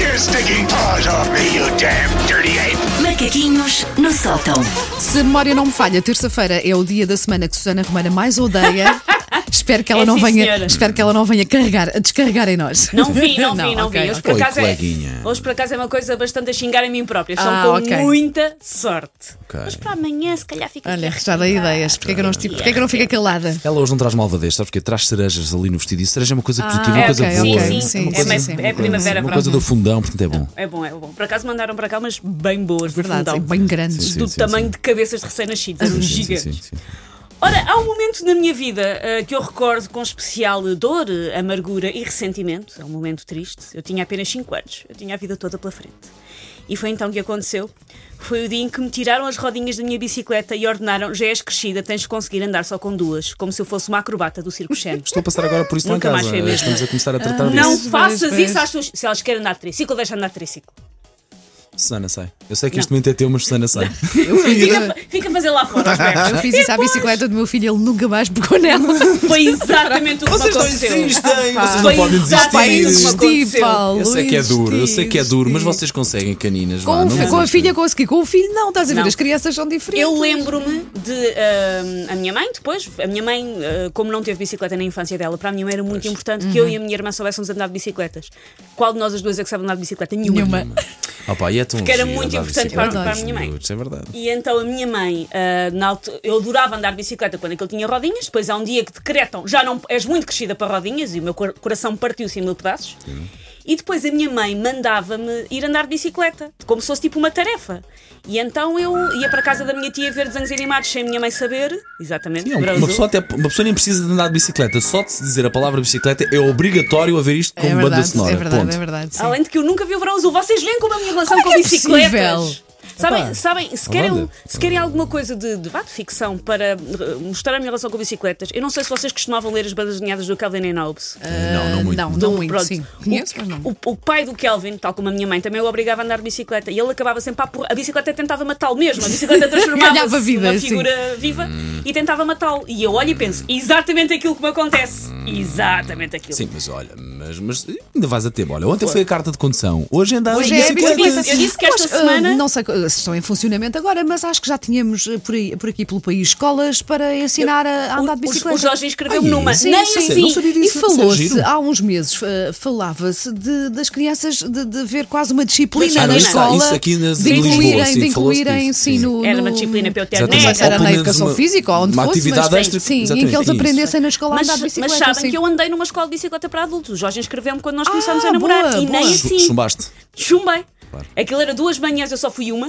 your stinking paws off me, you damn dirty ape! Macaquinhos no sótão. Se a memória não me falha, terça-feira é o dia da semana que Susana Romana mais odeia. espero que ela É, não sim, venha, senhora. espero que ela não venha carregar, a descarregar em nós. Não vi, não vi, não ok, vi. Hoje ok. por, Oi, acaso é, coleguinha. hoje por acaso é uma coisa bastante a xingar em mim própria. Estão Ah, com ok. muita sorte. Ok. Mas para amanhã, se calhar, fica. Olha, rechada ideias. Porquê que eu não, estive- porquê que eu não fica calada? Ela hoje não traz malvadez, sabes porque traz cerejas ali no vestido e cereja é uma coisa positiva, Ah, uma coisa ok, boa. ok, sim, Sim, sim. sim, é, mais- sim. é primavera, Uma pronto. coisa do fundão, portanto é bom. É bom, é bom. Por acaso mandaram para cá umas bem boas, do Verdade, fundão. sim, bem grandes. Sim, sim. do tamanho de cabeças de recém-nascidos, eram gigantes. Sim, sim, sim. Ora, há um momento na minha vida eh, que eu recordo com especial eh, dor, eh, amargura e ressentimento. É um momento triste. Eu tinha apenas 5 anos, eu tinha a vida toda pela frente. E foi então que aconteceu. Foi o dia em que me tiraram as rodinhas da minha bicicleta e ordenaram: já és crescida, tens de conseguir andar só com duas, como se eu fosse uma acrobata do Circo Xen. Estou a passar agora por isso lá em Nunca mais casa. foi mesmo. Estamos a começar a tratar Não disso. Pois, faças pois. isso às tuas. Se elas querem andar de triciclo, deixa andar de triciclo. Susana, sai. Eu sei que este momento é teu, mas Susana, sai. Eu Fica, fiz, fica a fazer lá fora. aos berros. eu fiz isso à bicicleta do meu filho, ele nunca mais pegou nela. Foi exatamente o que me Vocês não aconteceu. existem, vocês Foi não Vai podem exatamente desistir. isso. existir, aconteceu. Paulo. Eu sei que é duro, eu sei que é duro, mas existir. vocês conseguem, caninas. vá, Com, o não é fi- com a desistem. filha consegui, com o filho não, estás a ver? Não. As crianças são diferentes. Eu lembro-me de ahm, a minha mãe, depois, a minha mãe, ah, como não teve bicicleta na infância dela, para a minha mãe era muito importante que eu e a minha irmã soubéssemos andar de bicicletas. Qual de nós as duas é que sabe andar de bicicleta? Nenhuma. Nenhuma. Ah pá, e é tão Porque era giro muito andar de importante para- para bicicleta a com os minha mãe. miúdos, É verdade. E então a minha mãe, ah, na altu- eu adorava andar de bicicleta quando aquilo tinha rodinhas, depois há um dia que decretam, já não és muito crescida para rodinhas e o meu cor- coração partiu-se em mil pedaços. E depois a minha mãe mandava-me ir andar de bicicleta, como se fosse tipo uma tarefa. E então eu ia para a casa da minha tia ver desenhos animados sem a minha mãe saber. Exatamente. Não, Brasil. uma, pessoa até, uma pessoa nem precisa de andar de bicicleta, só de se dizer a palavra bicicleta é obrigatório haver isto como é banda verdade, sonora. é verdade, ponto. é verdade. sim. Além de que eu nunca vi o Verão Azul. Vocês veem como a minha relação Como é com que é bicicletas. possível? Sabem, Epá, sabem, se querem, um, Amanda. se querem alguma coisa de, de, vá, de ficção para eh, mostrar a minha relação com bicicletas, eu não sei se vocês costumavam ler as bandas desenhadas do Calvin and Hobbes. Não, não muito. Não, não Do- Ah, muito, pronto. sim. O- Conheço, mas não. O, o pai do Kelvin, tal como a minha mãe, também o obrigava a andar de bicicleta e ele acabava sempre "Ah, a porra. A bicicleta tentava matá-lo mesmo. A bicicleta Ganhava transformava-se vida, numa sim. figura viva e tentava matá-lo. E eu olho e penso, exatamente aquilo que me acontece. Exatamente aquilo. Sim, mas olha, mas, mas ainda vais a tempo. Olha, ontem foi a carta de condução, hoje é andar de bicicleta. bicicleta. Eu disse que esta Mas, ah, semana- não sei ah, se estão em funcionamento agora, mas acho que já tínhamos ah, por, aí- por aqui pelo país escolas para ensinar a a andar de O- o- bicicleta. O Jorge escreveu-me Ai, numa. isso é- Nem isso é- assim. não sabia E disso, isso é falou-se, giro. há uns meses, ah, falava-se de- das crianças de, de ver quase uma disciplina Ah, na não, isso- escola. isso aqui nas- de em Lisboa, incluírem, sim, de falou-se incluírem disso, sim, sim. no, Era uma no- disciplina para eu ter Não sei se Ou era pelo na menos educação uma- física ou onde uma fosse, atividade mas extra- sim, em exatamente, que eles é isso. aprendessem na escola Mas, a andar de mas bicicleta. sabem sim. que eu andei numa escola de bicicleta para adultos. O Jorge inscreveu-me quando nós começámos Ah, a namorar. boa, e boa. nem Chu- assim. Chumbaste. Chumbei. Claro. Aquilo era duas manhãs, eu só fui uma.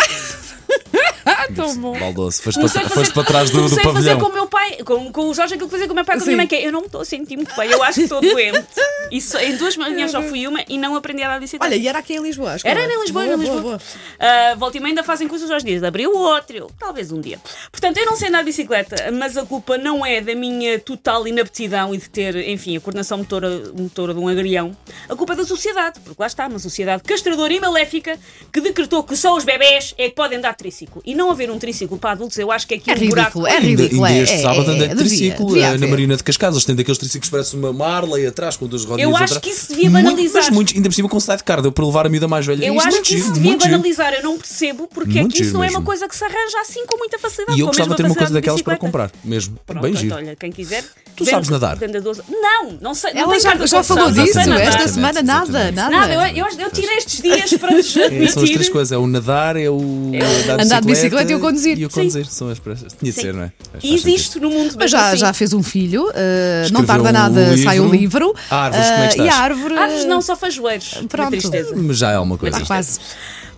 Baldoso, foste Comecei para, a foste fazer, para trás do, do comecei a fazer pavilhão. com o meu pai, com, com o Jorge, aquilo que fazia com o meu pai, com a Sim. minha mãe, que é, eu não me estou a sentir muito bem, eu acho que estou doente. E só- em duas manhãs só fui uma e não aprendi a dar bicicleta. Olha, e era aqui em Lisboa, acho que Era em Boa, Lisboa, era em Lisboa. boa, boa. Ah, volta e meia ainda fazem coisas aos dias. de Abril outro, talvez um dia. Portanto, eu não sei andar de bicicleta, mas a culpa não é da minha total inaptidão e de ter, enfim, a coordenação motora, motora de um agrião. A culpa é da sociedade, porque lá está, uma sociedade castradora e maléfica que decretou que só os bebés é que podem dar triciclo. E não haver um triciclo para adultos, eu acho que é aqui É um buraco. ridículo, é Ainda, ridículo. ainda é- este é- sábado é- andei devia- de triciclo devia eh, na haver. Marina de Cascais. Eles têm daqueles triciclos que parece uma Marley atrás com duas rodinhas. acho atrás. que isso devia Muito, banalizar. Mas muito, ainda por cima com sidecar. Deu para levar a miúda mais velha. Eu Isto acho muito que isso giro, devia muito giro. banalizar. Eu não percebo porque é Muito que isso giro não é mesmo. uma coisa que se arranja assim com muita facilidade. E eu com a gostava mesma de ter uma coisa facilidade de daquelas para bicicleta. comprar. Mesmo. Pronto, Bem pronto, giro. olha, quem quiser. Tu sabes nadar? venda doze- Não, não sei. não Ela tenho já, carta de já falou condução, não disso é? sei nadar. esta Exatamente, semana, né? nada, exatamente. nada. Nada, eu, eu, eu tirei estes dias para vos É, são as três admitir. coisas: é o nadar, é o andar, Andar de bicicleta e o conduzir. E o conduzir. São as pressas. Tinha de Sim. ser, não é? Faz E existe no mundo Mas mesmo já, assim. já fez um filho, uh, não Escreveu tarda um nada, livro. sai o livro. Árvores, como é que uh, e a estás? árvore. Árvores não, só fajoeiros. Pronto. Pronto. tristeza. sentido. Mas já é uma coisa. Ah, quase.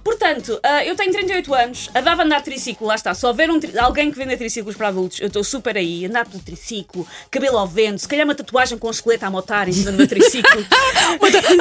Portanto, ah, eu tenho 38 anos, adava andar de triciclo, lá está. Se houver um tri- alguém que venda triciclos para adultos, eu estou super aí. Andar pelo triciclo, cabelo ao vento, se calhar uma tatuagem com um esqueleto a motar em cima do meu triciclo.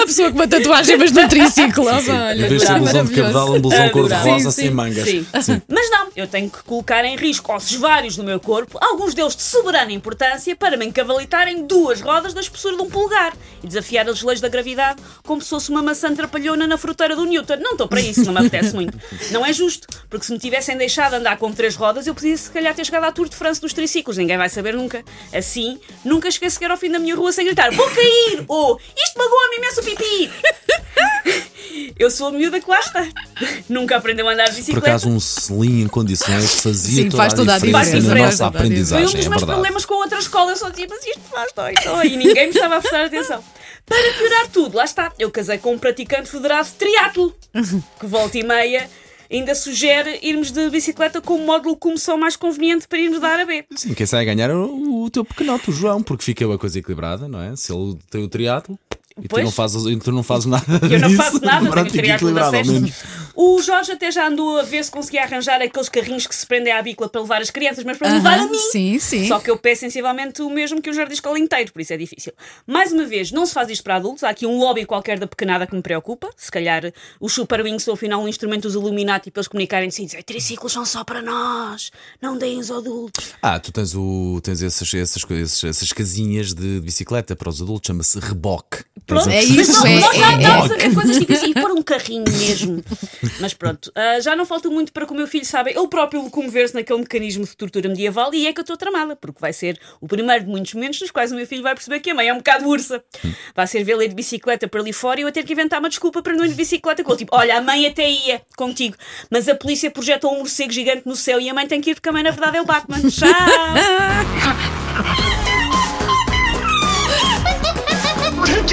A pessoa com uma tatuagem, mas num triciclo. Olha, Em vez de ser adorava. blusão de cabedal, um blusão cor-de-rosa Sim, sem mangas. Sim. Mas não, eu tenho que colocar em risco ossos vários do meu corpo, alguns deles de soberana importância, para me encavalitar em duas rodas da espessura de um polegar e desafiar as leis da gravidade como se fosse uma maçã trapalhona na fruteira do Newton. Não estou para isso, não me apetece muito. Não é justo, porque se me tivessem deixado andar com três rodas, eu podia se calhar ter chegado à Tour de France dos triciclos, ninguém vai saber nunca. Assim, nunca cheguei sequer ao Oh, fim da minha rua sem gritar: Vou cair! Ou Isto magoa-me imenso o pipi! Eu sou a miúda que lá está. Nunca aprendeu a andar de Por bicicleta. acaso, um selim em condições fazia Sim, toda, faz toda a a diferença, diferença. Faz na nossa diferença. aprendizagem. Foi um dos é meus verdade. problemas com outra escola. Eu só dizia, mas isto faz dói, dói. E ninguém me estava a prestar atenção. Para piorar tudo, lá está. Eu casei com um praticante federado de triatlo, que volta e meia ainda sugere irmos de bicicleta com o módulo de locomoção mais conveniente para irmos da A a B. Sim, quem sai a ganhar é o, o teu pequenote, o João, porque fica a coisa equilibrada, não é? Se ele tem o triatlo e tu Pois. não fazes, e tu não fazes nada. Eu não disso, faço nada, agora tenho fica triatlo da equilibrado ao sexta. menos. O Jorge até já andou a ver se conseguia arranjar aqueles carrinhos que se prendem à bicla para levar as crianças, mas para levar a Aham, mim. Sim, sim. Só que eu peço sensivelmente o mesmo que o jardim escola inteiro, por isso é difícil. Mais uma vez, não se faz isto para adultos, há aqui um lobby qualquer da pequenada que me preocupa. Se calhar os super wings são afinal um instrumento dos Illuminati para eles comunicarem-se e dizer triciclos são só para nós, não deem os adultos. Ah, tu tens, o, tens essas, essas, coisas- essas casinhas de, de bicicleta para os adultos, chama-se reboque. Pronto, Tens é a- isso, mas não, é- nós já é- estávamos a ver coisas tipo assim, pôr um carrinho mesmo. Mas pronto, ah, já não falta muito para que o meu filho saiba ele próprio locomover-se naquele mecanismo de tortura medieval e é que eu estou tramada, porque vai ser o primeiro de muitos momentos nos quais o meu filho vai perceber que a mãe é um bocado ursa. Vai ser vê-lo ir de bicicleta para ali fora e eu a ter que inventar uma desculpa para não ir de bicicleta com ele. Tipo, olha, a mãe até ia contigo, mas a polícia projeta um morcego gigante no céu e a mãe tem que ir porque a mãe na verdade é o Batman. Tchau! Take